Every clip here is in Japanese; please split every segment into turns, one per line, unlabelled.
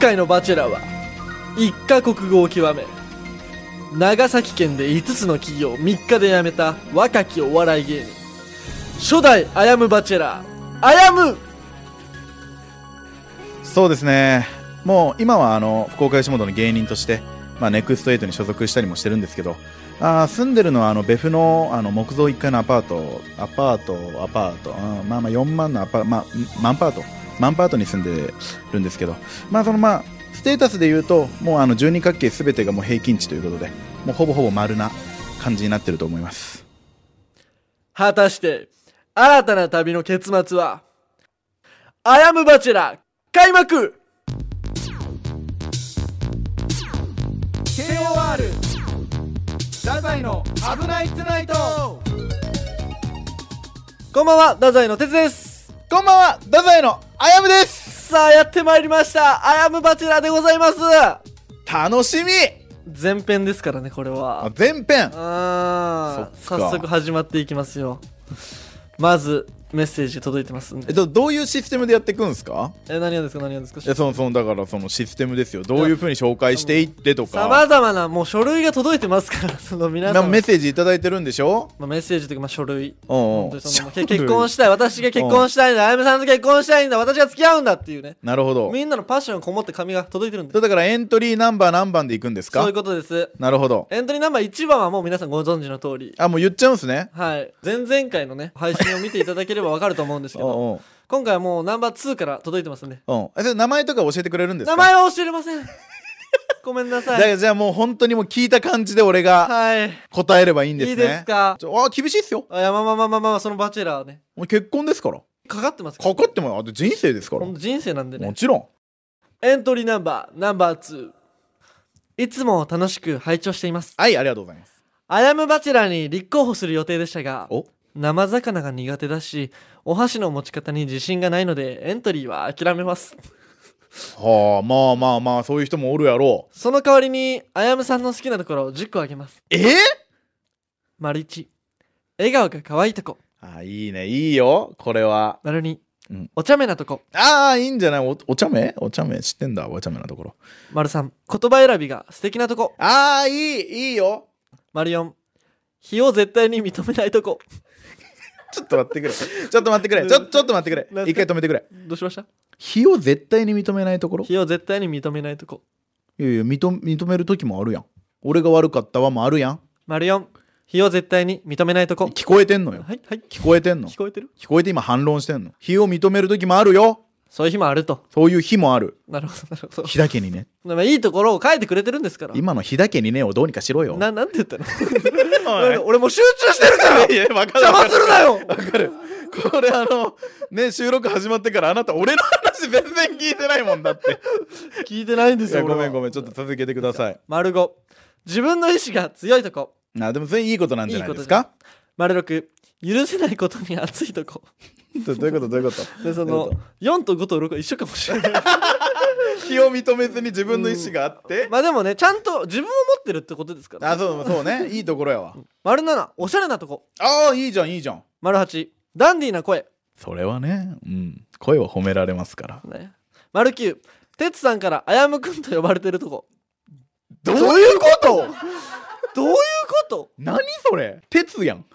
回のバチェラーは、一カ国語を極め、長崎県で5つの企業を3日で辞めた若きお笑い芸人、初代あやむバチェラー、あやむ
そうですね。もう今はあの、福岡吉本の芸人として、まあ、ネクストエイトに所属したりもしてるんですけど、あー住んでるのはあの、ベフのあの、木造1階のアパート、アパート、アパート、うんまあまあ4万のアパート、まあ、んマンパート、マンパートに住んでるんですけど、まあそのまあ、ステータスで言うと、もうあの、12角形すべてがもう平均値ということで、もうほぼほぼ丸な感じになってると思います。
果たして、新たな旅の結末は、あやむバチェラー、開幕
KOR 太宰の危ないトゥナイト
こんばんは、太宰の哲です。
こんばんは、太宰のあやむです
さあ、やってまいりました、あやむバチェラーでございます
楽しみ
前編ですからね、これは
あ。前編
あー
そっか
早速始まっていきますよまずメッセージ届いてますん
え
で
っと、どういうシステムでやっていくんですか
え何がですか何がですか
えそのそのだからそのシステムですよどういうふうに紹介していってと
さま
か
ざまなもう書類が届いてますからその皆
な
さ
んか
ん
メッセージいただいてるんでしょ
まあ、メッセージというか、まあ、書類
うん
本
う
当
ん
にそのけ結婚したい私が結
うん
婚したいんだあやめさんと結婚したいんだ私が付き合うんだっていうね
なるほど
みんなのパッションがこもって紙が届いてるんで
そうだからエントリーナンバー何番でいくんです
そうい
か
うことです
なるほど
エントリーナンバー1番はもう皆さんご存知の通り
あもう言っちゃうんすね
はい前々回のね配信を見ていただければわかると思うんですけ
うん
ど
うん
今回はもうナンバー2から届いてますんで
うんえそれ名前とか教えてくれるんです
名
か
前は教えれませんごめんな さ
だか
い
らじゃあもう本当にもう聞いた感じで俺が
はい
答えればいいんですね
いいですか
ちょあ厳しいっすよ
あいやまあまあまあまあまあそのバチェラーね
もう結婚ですから
かかってます
かかってもあと人生ですから
ほんと人生なんでね
もちろん
エントリーナンバーナンバー2いつも楽しく拝聴しています
はいありがとうございます
アヤムバチェラーに立候補する予定でしたが
お
生魚が苦手だしお箸の持ち方に自信がないのでエントリーは諦めます
はあまあまあまあそういう人もおるやろう
その代わりにアヤムさんの好きなところを10個あげます
えー
丸1笑顔が可愛いとこ
あ、いいね。いいよ。これは。
丸2、
うん
お茶目なとこ
ああ、いいんじゃないおお茶目お茶目知ってんだ。お茶目なところ。
丸3言葉選びが素敵なとこ
ああ、いい、いいよ。
丸四日を絶対に認めないとこ
ちょっと待ってくれ。ちょっと待って くれ。ちょ、ちょっと待ってく
な
れ。
んて
一回止めてくれ。
どうしました
日を絶対に認めないところい
日を絶対に認めないとこ
やいや、認認める時もあるやん。俺が悪かったわもあるやん。
丸四日を絶対に認めないとこ
聞こえてんのよ。
はいはい
聞こえてんの。
聞こえてる
聞こえて今反論してんの。日を認める時もあるよ。
そういう日もあると
そういう日もある。
なるほどなるほど
日だけにね。
でもいいところを書いてくれてるんですから
今の日だけにねをどうにかしろよ。
ななんて言ったの
お い
俺もう集中してるから
いやいや、わかる
邪魔するなよ
わかる。これあの、ね、収録始まってからあなた俺の話全然聞いてないもんだ って。
聞いてないんで
い
す
や
よ
ごめんご
ん
めん、ちょっと続けてください。
丸五自分の意志が強いとこ
なでも全然いいことなんじゃないです
いい
か
丸六許せないことに熱いとこ
どどういうことどういうこと
でそ
どういう
の4
こ
と5と6は一緒かもしれない
気を認めずに自分の意思があって。
まあでもねちゃんと自分を持ってるってことですから、
あ、
ね、
そうそうね。いいところやわ。
丸7おしゃれなとこ
ああ、いいじゃん、いいじゃん。
丸8ダンディーな声、
それはね、うん。声は褒められますから。
ね、丸9てつさんからあやむくんと呼ばれてるとこ
どういうこと
どういうこと
何それ鉄やん。
て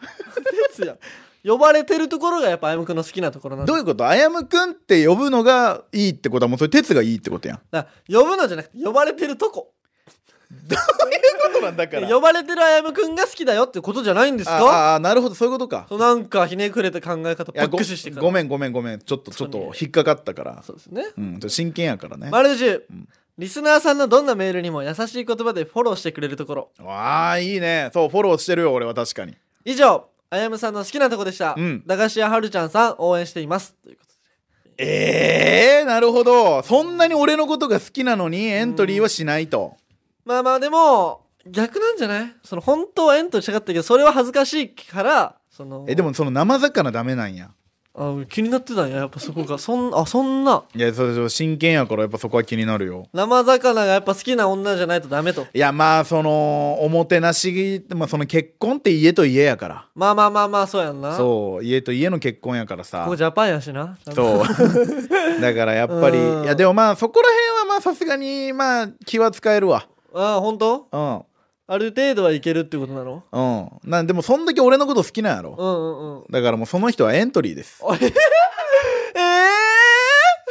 つや呼ばれてるところがやっぱあやむくんの好きなところなんだ
どういうことあやむくんって呼ぶのがいいってことはもうそれ鉄がいいってことやん。ど
だから呼ぶのじゃなくて呼ばれてるとこ
ういうことなんだから。
呼ばれてるあやむくんが好きだよってことじゃないんですか
ああー、なるほど、そういうことか。
そうなんかひねくれた考え方
い
ば
や
っくししてから
ごごめんごめんごめんちょっとちょっと引っかかったから
そうですね
うんちょっと真剣やからね、
丸10、
うん
リスナーさんのどんなメールにも優しい言葉でフォローしてくれるところ
わあいいねそうフォローしてるよ俺は確かに
以上あやむさんの好きなとこでした、
うん
駄菓子屋はるちゃんさん応援していますということ
えー、なるほどそんなに俺のことが好きなのにエントリーはしないと、
まあまあでも逆なんじゃないその本当はエントリーしたかったけどそれは恥ずかしいからその
えでもその生魚ダメなんや
あ気になってたんややっぱそこがそんあそんない
やそうそう真剣やからやっぱそこは気になるよ
生魚がやっぱ好きな女じゃないとダメと
いやまあそのおもてなし、まあ、その結婚って家と家やか
まあまあまあまあそうやん
ら
なう
そう家と家の結婚やからさ
ここジャパンやしな
そう だからやっぱり
うん
いやでもまあそこら辺はまあさすがにまあ気は使えるわ
ああ本当
うん
ある程度はいけるってことなの
うんなんでもそんだけ俺のこと好きなんやろ
うんうんうん
だからもうその人はエントリーです
あえへへえ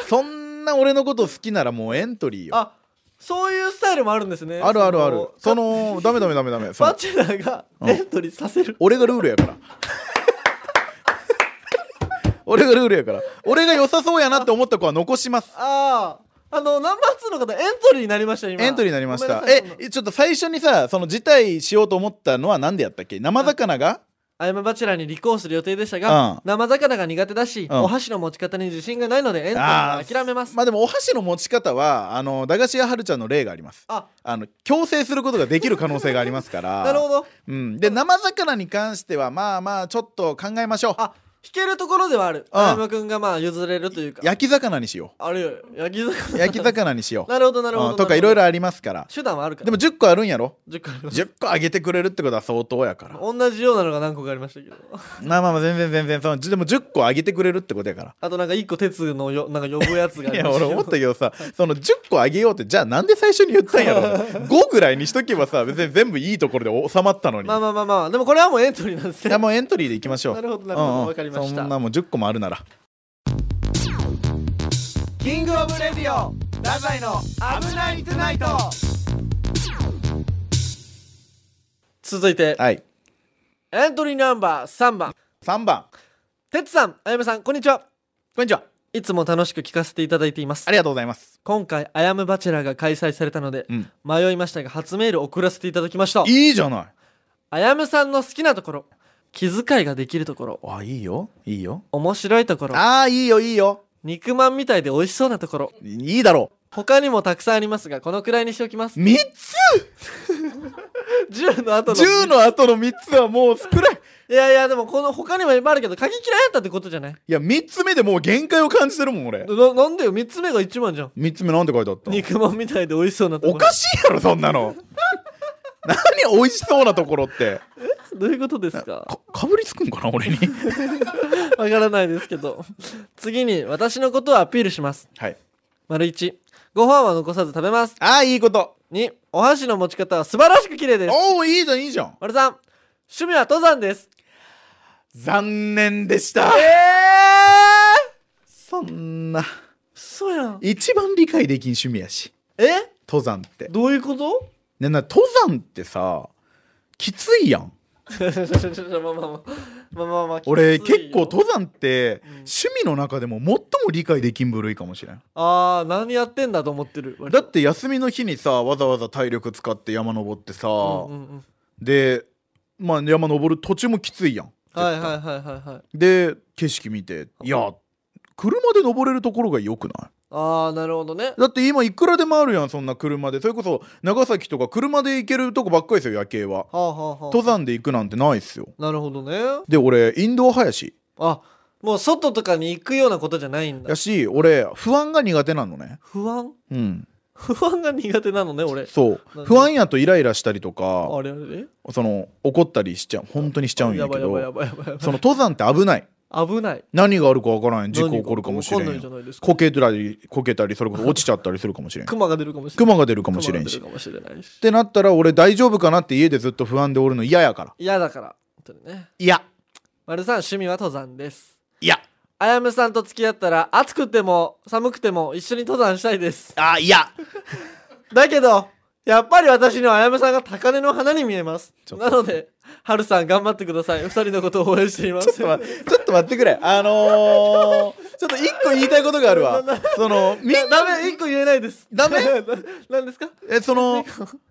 そんな俺のこと好きならもうエントリー
ー
よあ
あそういうスタイルもあるんですね
るあるある
そ
そ
の
のダメダメダメダメその
バチェラーが
うん
エントリーさせる、
俺がルールやから俺がルールやから俺が良さそうやなって思った子は残します
あああのナンバー2の方エントリーになりました今
エントリーになりまし
ご
た
めんなさいそんな
えちょっと最初にさその辞退しようと思ったのは何でやったっけ生魚が
アイムバチェラーに立候補する予定でしたが、
うん
生魚が苦手だし、
うん
お箸の持ち方に自信がないのでエントリーは諦めます
まあでもお箸の持ち方はあの駄菓子屋はるちゃんの例があります
あ
あの強制することができる可能性がありますか ら
なるほど
うん、で生魚に関してはまあまあちょっと考えましょう
あ引けるところではある
うん
アイム君がまあ譲れるというか
焼き魚にしよ
あるよ焼き
う
魚
焼き魚にしよう
なるほ どなるほ
う
ど
んとかいろいろ
ある
ありますから
手段はあるから
でも10個あるんやろ
10個あります
10個あげてくれるってことは相当 やから
同じようなのが何個かありましたけど
まあまあまあ全然全然そのでも10個あげてくれるってことや から
あとなんか1個鉄のよなんか呼ぶやつがあ
い
り
や
ましたけ
俺
ど
思ったけど さその10個あげようってじゃあなんで最初に言ったんやろ 5ぐらいにしとけばさ別に全部いいところで収まったのに、
まあまあまあまあでもこれはもうエントリーなんです
い
ね
やもうエントリーでいきましょう
なるほどなるほど
うんうん
わかりました
そんなもう10個もあるなら
キングオブレディオダザイの危ないトゥナイト
続いて
はい
エントリーナンバー3番
3番
てつさんあやめさんこんにちは
こんにちはい
つも楽しく聞かせていただいています
ありがとうございます
今回あやむバチェラーが開催されたので、
うん
迷いましたが初メール送らせていただきました
いいじゃない
あやむさんの好きなところ気遣いができるところ
あいいよいいよ
面白いところ
ああいいよいいよ
肉まんみたいで美味しそうなところ
いいだろ
他にもたくさんありますがこのくらいにしておきます
う3つ
10の後の
10の後の3つはもう少ない
いやいやでもこの他にもいっぱいあるけど鍵嫌いやったってことじゃない
いや3つ目でもう限界を感じてるもん俺
ななんでよ3つ目が一番じゃん
3つ目なんて書いてあった
肉まんみたいで美味しそうなとこ
お
ろ
かしいやろそんなの 何美味しそうなところって
どういうことですか
かかぶりつくんかな俺に
わからないですけど次に私のことをアピールします
はい
丸1ご飯は残さず食べます
ああいいこと
2お箸の持ち方は素晴らしく綺麗です
おおいいじゃんいいじゃん
丸3趣味は登山です
残念でした
ええ
そんな
そうやん
一番理解できん趣味やし
え
登山って
どういう こと
ねな登山ってさきついやん
まあまあまあまあまあまあ
俺
きついよ
結構登山って
うん
趣味の中でも最も理解できん部類かもしれん
ああ何やってんだと思ってる割
だ
と
って休みの日にさわざわざ体力使って山登ってさ、
うんうんうん
で、まあ、山登る途中もきついやん
はいはいはいはいはい
で景色見ていや車で登れるところが良くない
ああなるほどね
だって今いくらでもあるやんそんな車でそれこそ長崎とか車で行けるとこばっかりですよ夜景は
はあはあは
登山で行くなんてないっすよ
あなるほどね
で俺インドア派やし
あもう外とかに行くようなことじゃないんだ
やし俺不安が苦手なのね
不安
うん
不安が苦手なのね俺
そう
なんで
不安やとイライラしたりとか
あれあれ
その怒ったりしちゃう本当にしちゃうんやけ
やばいや
ど
ばいやばいやばい
その登山って危ない
危ない
何があるか分からん事故起こるかもしれ
何
ん
が
や
わかんないじゃな
ん
いですか
こけたりこけたり それこそ落ちちゃったりするかもしれん
クマが出るかもしれ
ク
ない
マが出る
ク
かもしれん
出
し
る
っ
かもしれないして
なったら俺大丈夫かなって家でずっと不安でおるの嫌やから
嫌だから本当にね
いや
丸さん趣味は登山です
いや
あやむさんと付き合ったら暑くても寒くても一緒に登山したいです
あいや
だけどやっぱり私にはあやむさんが高嶺の花に見えます
ちょっと
なのではるさん頑張ってください二人のことを応援しています
ちょっと待ってちょっと待ってくれあのー、ちょっと一個言いたいことがあるわそのみん
だ
な
ダメ一個言え ないです
ダメ
何ですか
えその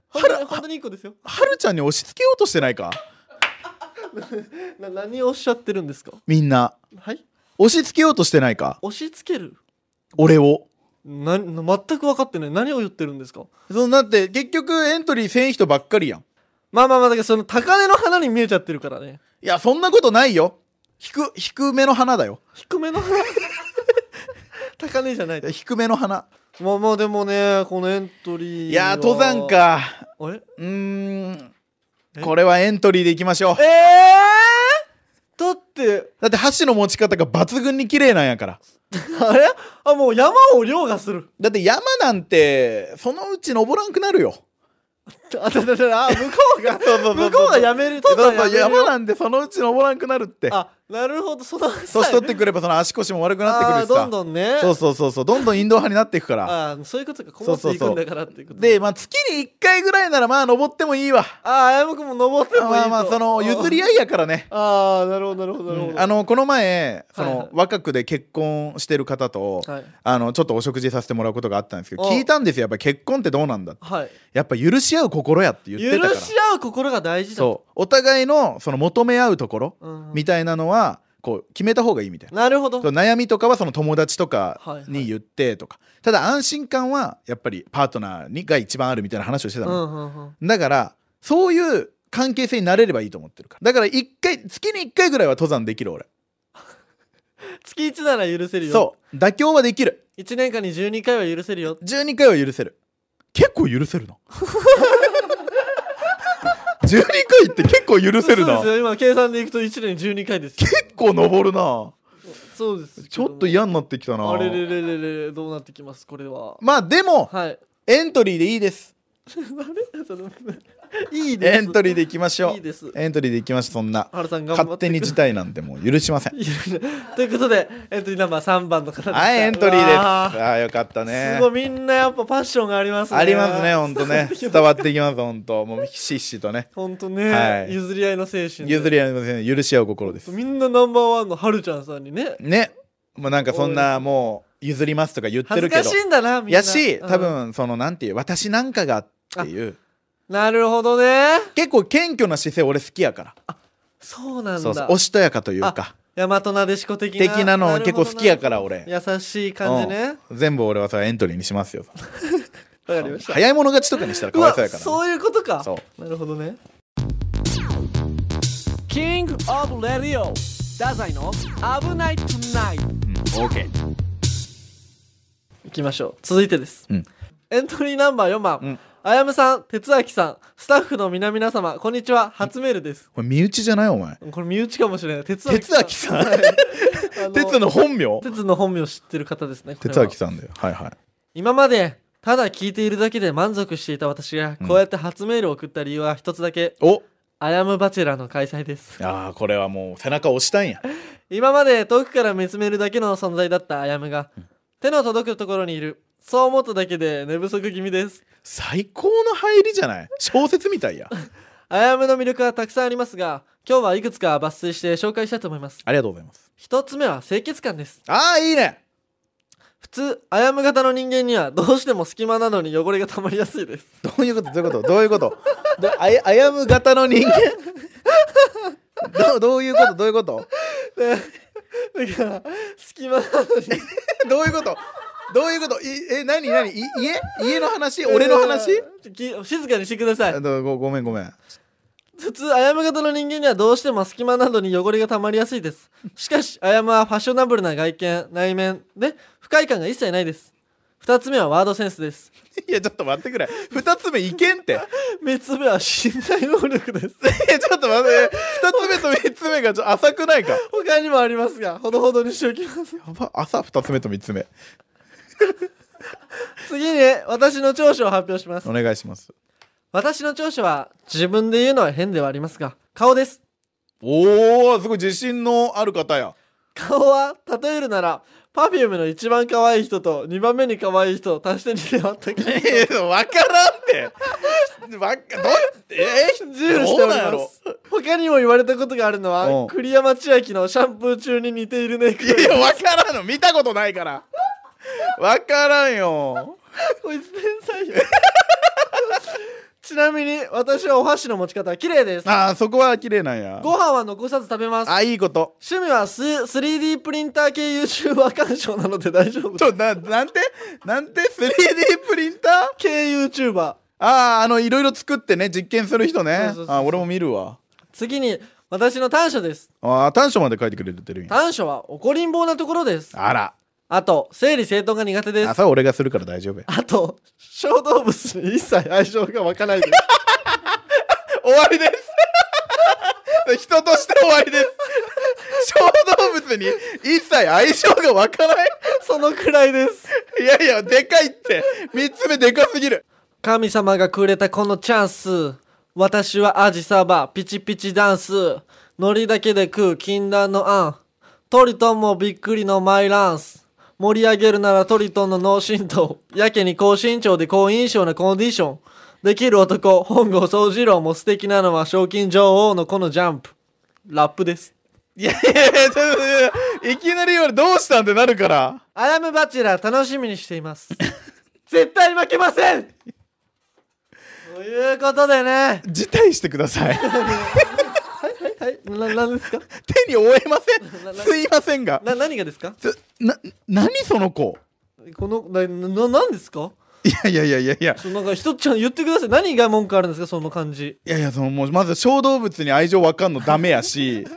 本当に本当に一個ですよ
はるちゃんに押し付けようとしてないか
な何をおっしゃってるんですか
みんな
はい
押し付けようとしてないか
押し付ける
俺を
な全く分かってない何を言ってるんですか
そのだって結局エントリーせん人ばっかりやん
まあまあまあだけどその高嶺の花に見えちゃってるからね
いやそんなことないよ低低めの花だよ
低めの 花高嶺じゃないで
低めの花
まあまあでもねこのエントリーはい
やー登山か
あれ
うーん
え
これはエントリーでいきましょう
ええー、だっって、
だって箸の持ち方が抜群に綺麗なんやから。
あれあ、もう山を凌駕する。
だって山なんて、そのうち登らんくなるよ。
あ、だだだだあ、向こ うが、
そうそうそうそう
向こうがやめる、
そ
と
うそ
や
う
めるよ
山なんてそのうち登らんくなるって。
あ、なるほど、その、年
年取ってくればその足腰も悪くなってくるしさ。
どんどんね。
そうそうそうそう、どんどんインド派になっていくから。
あーそういうことか、こもっていくんだからっていうこと。
で、まあ月に1回ぐらいならまあ登ってもいいわ。
ああ、やむくんも登ってもいいと
まあまあ、その譲り合いやからね。
ああ、なるほど、なるほど、なるほ
うん
ど。
あの、この前、そ
はいはい
の若くで結婚してる方と、
はい。
あのちょっとお食事させてもらうことがあったんですけど
お
聞いたんですよやっぱ結婚ってどうなんだって
はい。
やっぱ許し合う心やって言ってたから
許し合う心が大事だと。
そうお互いのその求め合うところ
うん
みたいなのはこう決めた方がいいみたいな、
なるほど。
そう悩みとかはその友達と
は
か
いはい
に言ってとか、ただ安心感はやっぱりパートナーにが一番あるみたいな話をしてた
う
の、
んうんうん。
だからそういう関係性になれればいいと思ってるからだから一回月に1回ぐらいは登山できる俺
月1なら許せるよ。
そう妥協はできる
1年間に12回は許せるよ。
12回は許せる結構許せ るな12回って結構許せるな
そうですよ。今、計算でいくと1年12回ですよ。
結構登るな
そうですけども。
ちょっと嫌になってきたな
あれれれれれれ、どうなってきます、これは。
まあでも
はい。
エントリーでいいです
その いいです。
エントリーでいきましょう
いいです
エントリーでいきましょうそんな
原さん頑張って。
勝手に辞退なんてもう許し ません
いやいやということで、エントリーナンバー3番の方でした
はいエントリーです
うわ
ああよかったね
すごい、みんなやっぱパッションがありますね。
ありますねほん とね伝
伝
わってきますほんともうひしひしとね
ほんとね、
はい
譲り合いの精神で。
譲り合いません許し合う心です
みんなナンバーワンのはるちゃんさんにね、
ねもうなんかそんなもう譲りますとか言って
恥ず
るけ
か
ど
しいんだな、みんな。
やし
うん
多。分そのなんていう私なんかがっていう
なるほどね。
結構謙虚な姿勢俺好きやから
そうなんだ。
そうそうおしとやかというか
大和なでしこ的な。。
的なの結構好きやからら俺
優しい感じね。
うん全部俺はさエントリーにしますよ
わかりました。
早い者勝ちとかにしたらか
う
わい
わ
そうやからね、
そういうことか。
そ
なるほどね。キングオブレディオダザイの危ないトゥナイト
うん、オーケー
行きましょう続いてです、
うん
エントリーナンバー4番、
うん
あやむさん哲明さんスタッフの皆々様こんにちは初メールです
これ身内じゃないお前
これ身内かもしれない哲明
哲明さん 哲の本名
哲の本名を知ってる方ですねこれは
哲明さんだよはいはい
今までただ聞いているだけで満足していた私が
うん
こうやって初メールを送った理由は一つだけ
お
アヤムバチェラーの開催です
あーこれはもう背中押したんや
今まで遠くから見つめるだけの存在だったアヤムが手の届くところにいるそう思っただけで寝不足気味です
最高の入りじゃない小説みたいや
アヤムの魅力はたくさんありますが今日はいくつか抜粋して紹介したいと思います
ありがとうございます
一つ目は清潔感です
ああいいね
普通アヤム型の人間にはどうしても隙間などに汚れが溜まりやすいです
どういうことどういうことどういうことどあやあやむ型の人間 どうどういうことどういうこと
だから隙間などに
どういうことどういうこといえ何何い家家の話俺の話
き静かにしてください
あどうごごめんごめん
普通アヤム型の人間にはどうしても隙間などに汚れがたまりやすいですしかしアヤムはファッショナブルな外見内面で不快感が一切ないです二つ目はワードセンスです
いやちょっと待ってくれ二つ目いけんっていや
三つ目は身体能力です
ちょっと待って二つ目と三つ目がちょっと浅くないかや
他にもありますがほどほどにしておきます
ば朝二つ目と三つ目
次に私の長所を発表します
お願いします
私の長所は自分で言うのは変ではありますが顔です
おおすごい自信のある方や
顔は例えるなら Perfume の一番可愛い人と2番目に可愛い人を足して2で割った気が
ええわからんってわかどえー、
ジュールしております他にも言われたことがあるの
うん
は栗山千明のシャンプー中に似ているね
いやいやわからんの見たことないからわからんよ
こいつ天才よ ちなみに私はお箸の持ち方綺麗です
あーそこは綺麗なんや
ご飯は残さず食べます
あいいこと
趣味はス 3D プリンター系 YouTuber 鑑賞なので大丈夫
ちょななんてなんて 3D プリンター
系 YouTuber
あああのいろいろ作ってね実験する人ね
そうそうそうそう
あー俺も見るわ
次に私の短所です
あー短所まで書いてくれてるんや
短所は怒りん坊なところです
あら
あと整理整頓が苦手です
朝俺がするから大丈 夫や
あと小動物に一切愛情が湧かないです
終わりです人として終わりです小動物に一切相性がわからない
そのくらいです
いやいやでかいって3つ目でかすぎる
神様がくれたこのチャンス私はアジサバピチピチダンスノリだけで食う禁断のあんトリトンもびっくりのマイランス盛り上げるならトリトンの脳震盪やけに高身長で好印象なコンディションできる男本郷宗次郎も素敵なのは賞金女王のこのジャンプラップです
いやいやいやちょっといやいきなり言われどうしたんってなるから
アラムバチェラー楽しみにしています絶対負けませんということでね
辞退してくだ さい
はいな何ですか
手に負えませんすいませんが
な何がですか
つな何その子
このなな何ですか
いやいやいやいやいや
そのなんか一つちゃんと言ってください何が文句あるんですかその感じ
いやいやそのもうまず小動物に愛情わかんのダメや し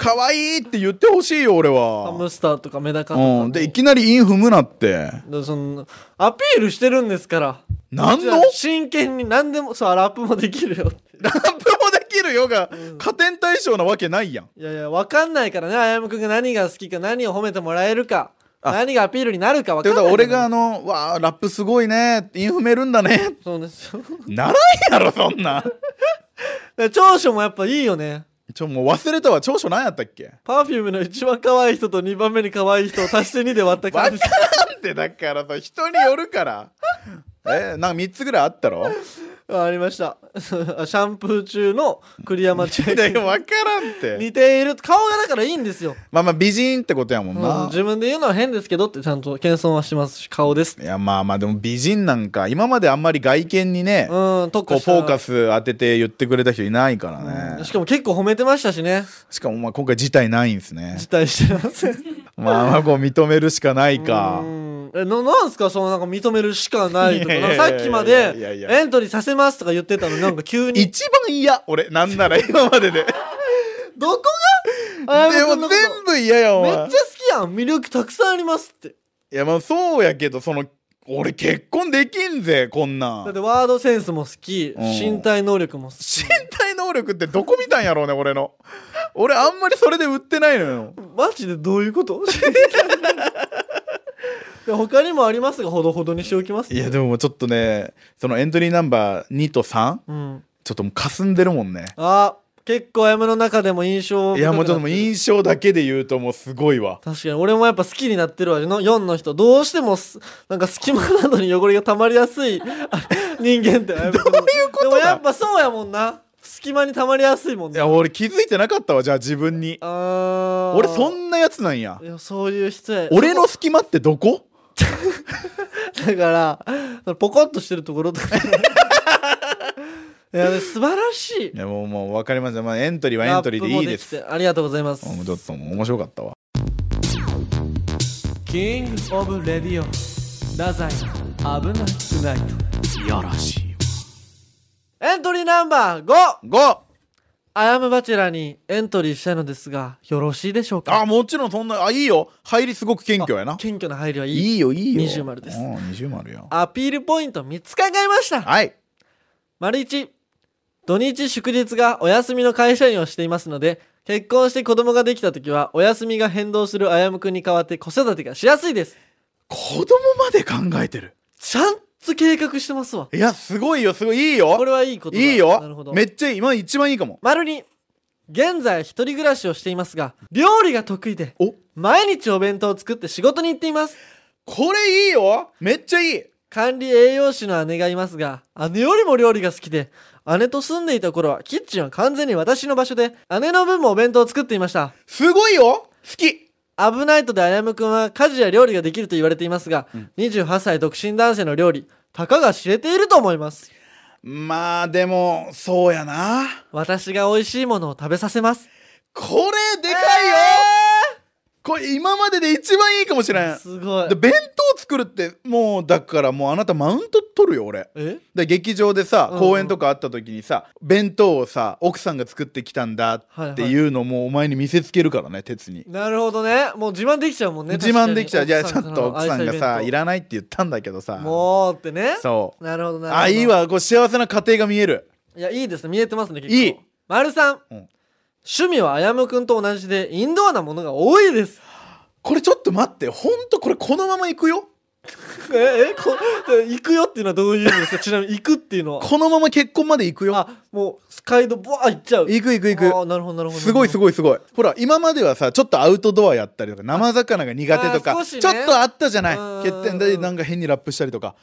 可愛いって言ってほしいよ俺
ハ
は
ムスターとかメダカとか
うん、でい
で
きなりイン踏むなって
そのアピールしてるんですから
何
こ
の
っちは真剣に何でもそうラップもできるよって
ラップもできるよが、加点対象なわけないやん
いやいや分かんないからねあやむくんが何が好きか何を褒めてもらえるか
あ
何がアピールになるか
って
分かん
こと
ない
は俺
から
があ
ね
の「わあラップすごいね」イン踏めるんだね
そうですよだか
ならんやろそんな
ら長所もやっぱいいよね
ちょもう忘れたわ長所何やったっけ
パフュームの一番可愛い人と二番目に可愛い人を足して2で割った
わか
感
ら
じ
んってだからさ人によるからえなんか3つぐらいあっ たろ
あありました あシャンプー中の栗山千
い
明
や分からんって
似ている顔がだからいいんですよ、
まあまあ美人ってことやもん
うん
な
自分で言うのは変ですけどってちゃんと謙遜はしますし顔です
いやまあまあでも美人なんか今まであんまり外見にね、
うん特
こ
化
うフォーカス当てて言ってくれた人いないからね、
しかも結構褒めてましたしね
しかもまあ今回事態ないんですね
辞退してます
まあまあこう認めるしかないか
うんえななんすかそのなんか認めるしかないとか
いやい
な
や
んか
いやいや
さっきま
いやい
で
や
エントリーさせますとか言ってたのになんか急に
一番嫌俺なんなら 今まででで
どこがあやむくん
も
のこと
全部嫌やお
めっ
前
ちゃ好きやん魅力たくさんありますって
いやまあそうやけどその俺結婚できんぜこん
だ
な
っ
ん
てワードセンスも好き
うん
身体能力も好き
身体能力ってどこ見たんやろうね俺の俺あんまりそれで売ってないのよ
マジでどういうこと で他にもありますがほどほどにしておきます
いやでもちょっとねそのエントリーナンバー2と 3?
うん
ちょっともう霞んでるもんね
あ結構 M の中でも印象
いやもうちょっともう
い
印象だけで言うともうすごいわ
確かに俺もやっぱ好きになってるわの4の人どうしてもす なんか隙間などに汚れが溜まりやすいあ人間っ てどういう
こ
で
とだ
もやっぱそうやもんな隙間に溜まりやすいもん
い
ね
や俺気づいてなかったわじゃあ自分に
あ
俺そ
なん
なやつなんや
いやそういう人や
俺の隙間ってどこ
だからポコッとしてるところ とかいやで素晴らしい
いやもうもう分かりました、まあ、エントリーはエ
ラ
ントリ
ッ
ー
プ
で
も
いい
で
で
き
す
てありがとうございます
もうちょっともう面白かったわ
キングオブレディオダザイ危なくない
いやらしい
エントリーナンバー 5!
わ
アヤムバチェラーにエントリーしたいのですがよろしいでしょう
5
か
あもちろんそんなあいいよ入りすごく謙虚やな
謙虚な配慮はい
い
い
いよいいよ
二重丸です
うん二重丸よ
アピールポイント3つ考えました
はい
丸1土日祝日がお休みの会社員をしていますので結婚して子供ができた時はお休みが変動するあやむくんに代わって子育てがしやすいです
子供まで考えてる
ちゃんと計画してますわ
いやすごいよすごいいい
こ
よ
れはいいことだ
いい
なるほ
よ
ど
めっちゃいい今一番いいかも
丸に現在一人暮らしをしていますが料理が得意で
お
毎日お弁当を作って仕事に行っています
これいいよめっちゃいい
管理栄養士の姉がいますが姉よりも料理が好きで姉と住んでいた頃はキッチンは完全に私の場所で姉の分もお弁当を作っていました
すごいよ好き
アブナイトであやむくんは家事や料理ができると言われていますが、28歳独身男性の料理たかが知れていると思います
まあでもそうやな
私が美味しいものを食べさせます
これでかいよ、これ今までで一番いいかもしれん
すごい
で弁当作るってもうだからもうあなたマウント取るよ俺
え
で劇場でさ
うん
公演とかあった時にさ、弁当をさ奥さんが作ってきたんだっていうのもお前に見せつけるからね鉄に
なるほどねもう自慢できちゃうもんね
自慢できちゃうじゃあ
確
ち
か
ょ
に
っと奥さんがさい
ん
らないって言ったんだけどさ
もうってね
そう
なるほどなるほど
あいいわこう幸せな家庭が見える
いやいいですね見えてますね結
いい
丸さん、
うん
趣味はあやむくんと同じでインドアなものが多いです。
これちょっと待って、ほんとこれこのまま行くよ。
え、え、こ、 行くよっていうのはどういう意味ですかちなみに行くっていうのは。
このまま結婚まで行くよ。
あ、もう、スカイド、ブワー行っちゃう。
行く行く
あ
行
ーなるほど、なるほ
く。
ど。
すごいす
ごい。
ごいすごい。ほら、今まではさ、ちょっとアウトドアやったりとか、生魚が苦手と
あ
か、
ー少し
ちょ
ね
っとあったじゃな
うんうんう
い。
ん
欠点でなんか変にラップしたり とか。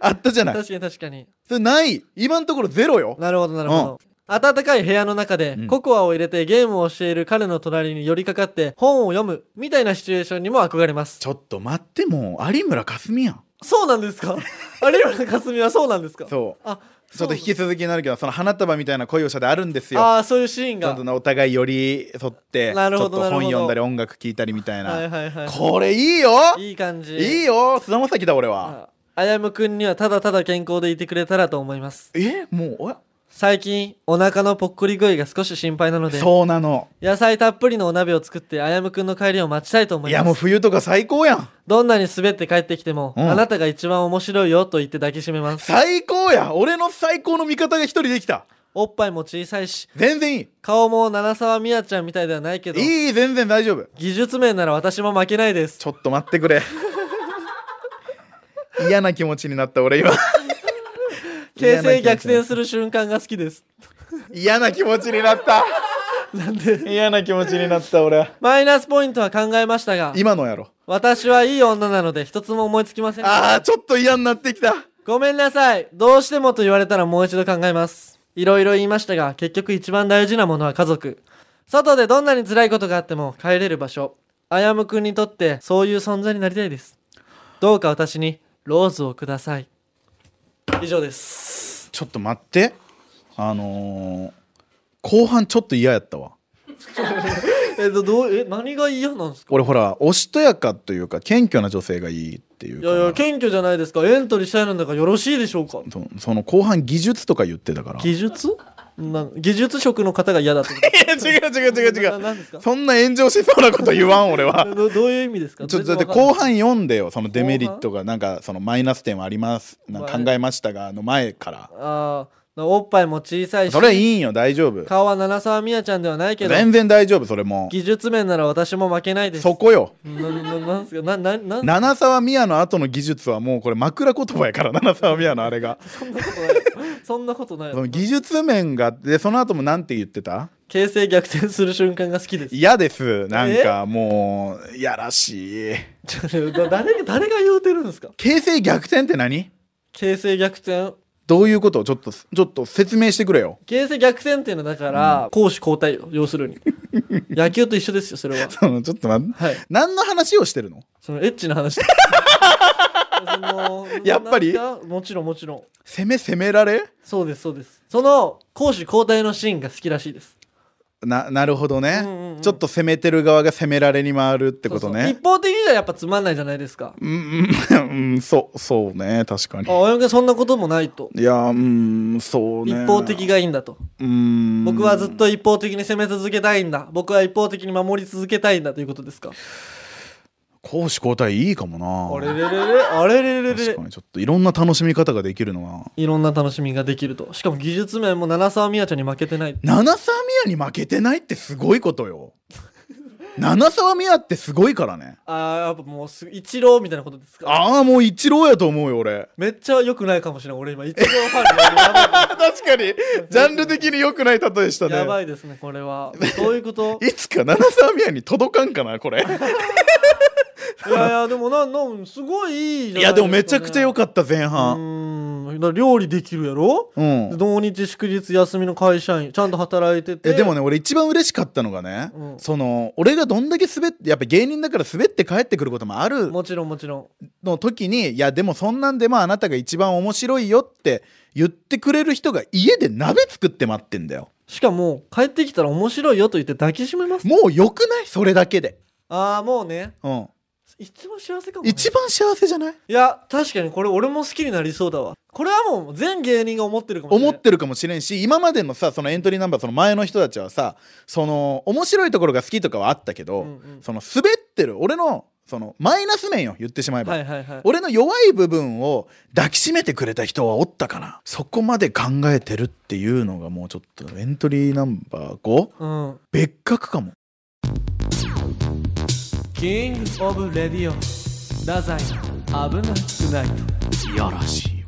あったじゃない。
確かに確かに。
それない。今のところゼロよ。
なるほど、なるほど。暖かい部屋の中で
うん
ココアを入れてゲームをしている彼の隣に寄りかかって本を読むみたいなシチュエーションにも憧れます
ちょっと待って、もう、有村架純やん。
そうなんです か有村架純はそうなんですか
そう。
あ
ちょっと引
そ
き続きになるけど、その花束みたいな恋をしたであるんです
う
よ。
ああそういうシーン
ちょ
が
っとねお互い寄り添ってち
なる
ょ
ほ
っ
ど
と
なるほど
本読んだり音楽聴いたりみたいな、
はいはいはい
これいいよ
いい感じ
いいよ菅田将暉だ俺は
ああやむくんにはただただ健康でいてくれたらと思います
えもうおや
最近お腹のぽっこり具合が少し心配なので
そうなの
野菜たっぷりのお鍋を作ってあやむくんの帰りを待ちたいと思
い
いま
や
す
もう冬とか最高やん
どんなに滑って帰ってきても、
うん
あなたが一番面白いよと言って抱きしめます
最高や俺の最高の味方が一人できた
おっぱいも小さいし
全然いい
顔も七沢美也ちゃんみたいではないけど
いい全然大丈夫
技術面なら私も負けないです
ちょっと待っ てくれ嫌な気持ちになった俺今
形勢逆転する瞬間が好きです
嫌な気持ちになったなんで嫌な気持ちになった俺
マイナスポイントは考えましたが
今のやろ
私はいい女なので一つも思いつきません
あーちょっと嫌になってきた
ごめんなさいどうしてもと言われたらもう一度考えますいろいろ言いましたが結局一番大事なものは家族外でどんなに辛いことがあっても帰れる場所あやむくんにとってそういう存在になりたいですどうか私にローズをください以上です
ちょっと待ってあのー後半ちょっと嫌やったわ
えどどうえ何が嫌なんですか
俺ほらおしとやかというか謙虚な女性がいいっていう
い
か
やいや謙虚じゃないですかエントリーしたいのだからよろしいでしょ うか
そその後半技術とか言ってた から
技術な技術職の方が嫌だってこと
違う違う 違
ななんですか
そんな炎上しそうなこと言わん俺 は
どどういう意味ですか
ちょっとだって
全然わ
後
かんない
半読んでよそのデメリットがなんかそのマイナス点はありますなんか
はい
考えましたがの前から
あーおっぱいも小さいし
それはいいんよ大丈夫
顔は七沢美也ちゃんではないけど
全然大丈夫それも
技術面なら私も負けないです
そこよ
なななんすかなななん
七沢美也の後の技術はもうこれ枕言葉やから七沢美也のあれが
そんなことな いそんなことない
その技術面がでその後もなんて言ってた
形勢逆転する瞬間が好きです
嫌ですなんかもうやらしい
ちょだ誰が誰が言うてるんですか
形勢逆転って何
形勢逆転
どういうことちょっとちょっと説明してくれよ
形勢逆転っていうのはだから、攻守交代よ要する に野球と一緒ですよそれは
そのちょっと待って
はい
何の話をしてるの
そのエッチな 話その
やっぱり
なんかもちろんもちろん
攻め攻められ
そうですそうですその攻守交代のシーンが好きらしいです
ななるほどね、
うんうんうん
ちょっと攻めてる側が攻められに回るってこと
そうそう
ね
一方的にはやっぱつまんないじゃないですか
うんうんうんそうそうね確かに
あ青山君そんなこともないと
いやうんそうね
一方的がいいんだと
うん
僕はずっと一方的に攻め続けたいんだ僕は一方的に守り続けたいんだということですか
攻守交代いいかもな
あれれれれあれれれれ
確かにちょっといろんな楽しみ方ができるのはい
ろんな楽しみができるとしかも技術面も七沢美也ちゃんに負けてない
七沢美也に負けてないってすごいことよ七沢美也ってすごいからね
あーやっぱもうす一郎みたいなことですか
ああもう一郎やと思うよ俺
めっちゃ良くないかもしれない俺今一郎ファンになるやばい
確かにジャンル的に良くない例えでしたね
やばいですねこれはそういうこと
いつか七沢美也に届かんかなこれ
いやいやでもななんすごいいいじ
い
ゃないすかね、
やでもめちゃくちゃ良
く
かった前
う
半
ーんだから料理できるやろ
うん、
で土日祝日休みの会社員ちゃんと働いてて
えでもね俺一番嬉しかったのがね、
うん
その俺がどんだけ滑ってやっぱ芸人だから滑って帰ってくることもある
もちろんもちろん
の時にいやでもそんなんでもあなたが一番面白いよって言ってくれる人が家で鍋作って待ってんだよ
しかも帰ってきたら面白いよと言って抱きしめます
もう良くないそれだけで、
ああもうね
うん、
一番幸せかも、ね、
一番幸せじゃない
いや確かにこれ俺も好きになりそうだわこれはもう全芸人が思ってるかもしれ
思
ない
ってるかもしれんし今までのさそのエントリーナンバーその前の人たちはさその面白いところが好きとかはあったけど、
うんうん
その滑ってる俺のそのマイナス面よ言ってしまえば、
はいはいはい
俺の弱い部分を抱きしめてくれた人はおったかなそこまで考えてるっていうのがもうちょっとエントリーナンバー 5?
うん
別格かも
キングオブレディオ太宰の危なくない
いやらしい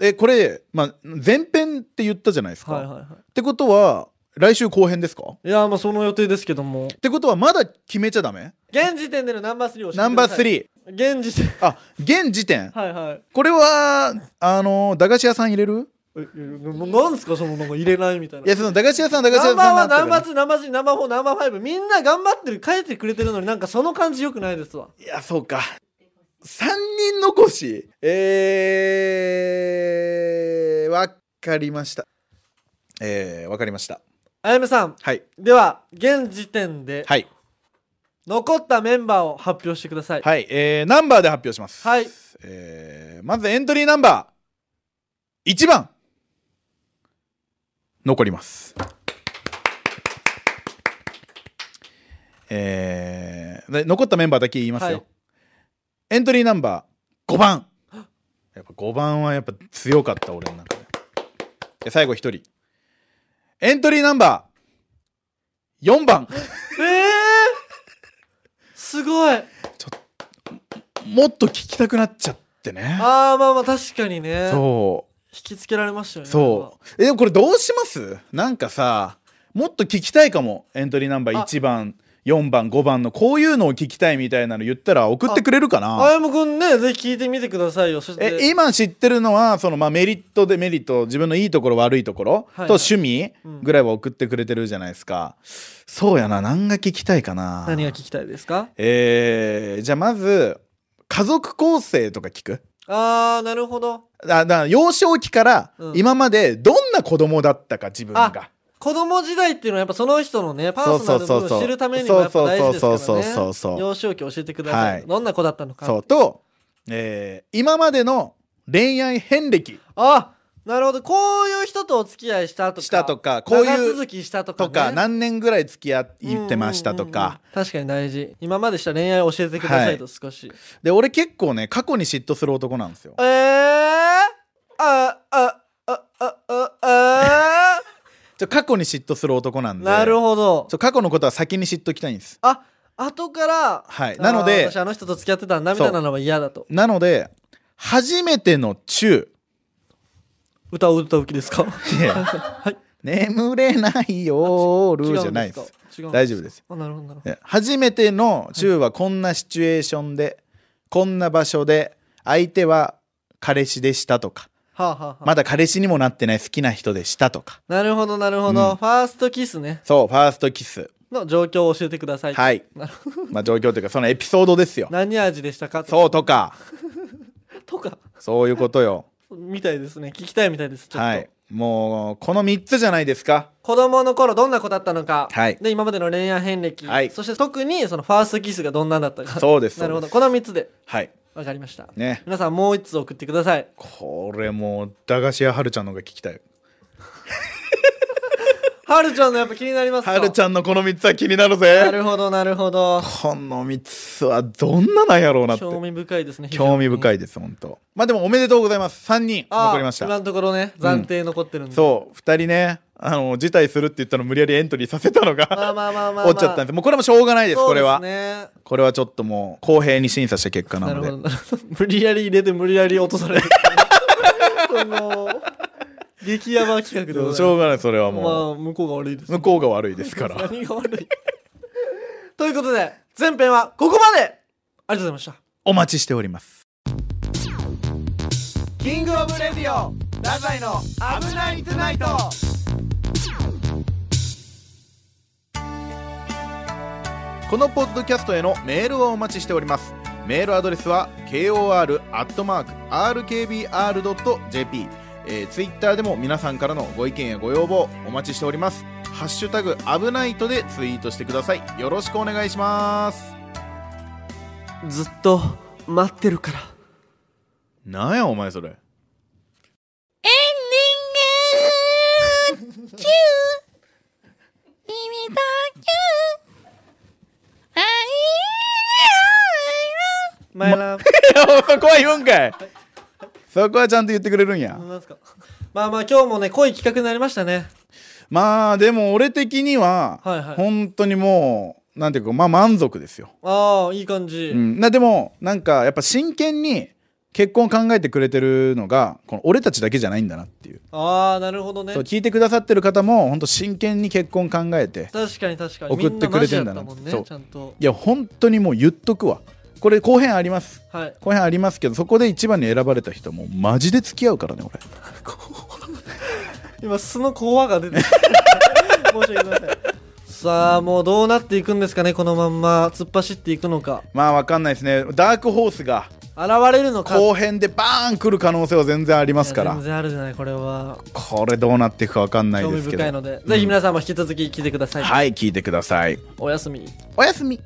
えこれ、まあ、前編って言ったじゃないです
と
か、
はいはいは
ってことは来週後編ですかっ
いいやーまあその予定ですけども
てことはまだ決めちゃダメ
現時点でのナンバー3を教えてください
ナンバー3
現時点
あ現時点
はいはい
これはあの駄菓子屋さん入れる
ええななんですかそのなんか入れないみたい
い
な
やその駄菓子屋さん駄菓子
ナ
屋さん
ンバーワン、
になって
ナ
る
ンバーツー、ナンバースリー、ナンバーフォー、ナンバーファイブ、みんな頑張ってる、書いてくれてるのになんかその感じ良くないですわ。
いや、そうか。3人残し。えー、わかりました。えー、わかりました。
あやめさん、
はい。
では、現時点で
はい。
残ったメンバーを発表してください。
はい。えー、ナンバーで発表します。
はい。
えー、まずエントリーナンバー、1番。残ります。えー、で残ったメンバーだけ言います
は
よ。
い。
エントリーナンバー5番やっぱ5番はやっぱ強かった俺の中でで最後1人エントリーナンバー4番
ええー、すごい。
もっと聞きたくなっちゃってね
ああ、まあまあ、確かにね。
そ
引きつけられましたよ
う
ね。
そうえでもこれどうしますなんかさもっと聞きたいかもエントリーナンバー
あ
1番4番5番のこういうのを聞きたいみたいなの言ったら送ってくれるか
これは。あ
な
やむくんね、ぜひ聞いてみてくださいよ。そして、
え今知ってるのはその、まあ、メリットデメリット自分のいいところ悪いところ、
はい
と
はい
趣味
うん
ぐらいは送ってくれてるじゃないですか、そうやな何が聞きたいかな
何が聞きたいですか
えー、じゃあまず家族構成とか聞く
ああ、なるほど。
あだから幼少期から
うん
今までどんな子供だったか自分が、
あ子供時代っていうのはやっぱその人のねパーソナル
そうそうそう
部
そ
を
う
知るためにもやっぱ大事ですからね
そうそうそうそうそう
幼少期教えてください、
はい
どんな子だったのか
そうと、えー今までの恋愛遍歴
あなるほどこういう人とお付き合いしたとか
したとかこういう
長続きしたとか、ね、
とか何年ぐらい付き合ってましたと
うんうんうん
か
うん確かに大事今までした恋愛を教えてくださいと少し、
で俺結構ね過去に嫉妬する男なんですよ
えー、ああああああ
ちょ過去に嫉妬する男なんで
なるほど
そう過去のことは先に知っときたいんです
あ後から
はいなので
あー私あの人と付き合ってたんだみたいなのは嫌だと
なので初めての中
歌を歌う気です か い
眠れない夜じゃないです
違うんか
大丈夫です
あなるほどなるほど
え初めての中はこんなシチュエーションで、こんな場所で相手は彼氏でしたとか
はあ、はあはあ、
まだ彼氏にもなってない好きな人でしたとか
なるほどなるほど、
うん
ファーストキスね
そうファーストキス
の状況を教えてください
はい
なるほど
まあ状況というかそのエピソード ですよ
何味でしたか
そうとか
とか
そういうことよ
みたいですね聞きたいみたい ですちょっと、
はいもうこの3つじゃないで すか
子供の頃どんな子だったのか、
はい
で今までの恋愛遍歴、
はい
そして特にそのファーストキスがどんなんだったか
そうです
なるほ
そ
ど
うで
この3つで
はい
分かりました、
ね
皆さんもう1つ送ってください
これもう駄菓子屋はるちゃんの方が聞きたい
はるちゃんのやっぱ気になりますか
はるち
ゃ
ゃんのこの3つは気にな
な
るぜ
るほどなるほど
この3つはどんななんやろうなって
興味深いですね
興味深
い
いです本当まあでもおめでとうございます3人残りました
今のところね暫定残ってるんで、
そう2人ねあの辞退するって言ったの無理やりエントリーさせたのが、
まあまあまあまあ、まあ、
落ちちゃったんですもうこれもしょうがないですこれは
そうですね
これはちょっともう公平に審査した結果な
な
の
る
で
ほどなるほど 無理やり入れて無理やり落とされ るその激ヤバ企画でご
で
ざ
も
い
しょ
ま
うがないそれは
す
もう、
まあ向こうが悪いです
向こうが悪いですから
何が悪いということで前編はここまでありがとうございました
お待ちしております
キングオブレディオ太宰の危ないトゥナイト
このポッドキャストへのメールをお待ちしておりますメールアドレスは kor.rkbr.jp えー、ツイッターでも皆さんからのご意見やご要望お待ちしておりますハッシュタグ危ないとでツイートしてくださいよろしくお願いします
ずっと待ってるから
なんやお前それ
エンディングキュー耳とキューあいいね
マイラブ
そこは言うんかいそこはちゃんと言ってくれるんや
なんすかまあまあ今日もね濃い企画になりましたね
まあでも俺的には、
はいはい
本当にもうなんていうかまあ満足ですよ、
ああいい感じ、
うん、なでもなんかやっぱ真剣に結婚を考えてくれてるのがこの俺たちだけじゃないんだなっていう
ああなるほどね
そう聞いてくださってる方も本当真剣に結婚考えて
確かに確かに
送ってくれてんだな
みんなマジやったもんねちゃ
そう
んと
いや本当にもう言っとくわこれ後編あります
はい
後編ありますけどそこで一番に選ばれた人もマジで付き合うからね俺
今素のコアが出てきた 申し訳ございませんさあもうどうなっていくんですかねこのまんま突っ走っていくのか
まあわかんないですねダークホースが
現れるのか
後編でバーン来る可能性は全然ありますか
いや
ら
全然あるじゃないこれは
これどうなっていくかわかんない
興
で
味
すけど
深いので、
うん
ぜひ皆さんも引き続き聞いてください、
はい聞いてください
おやすみ
おやすみ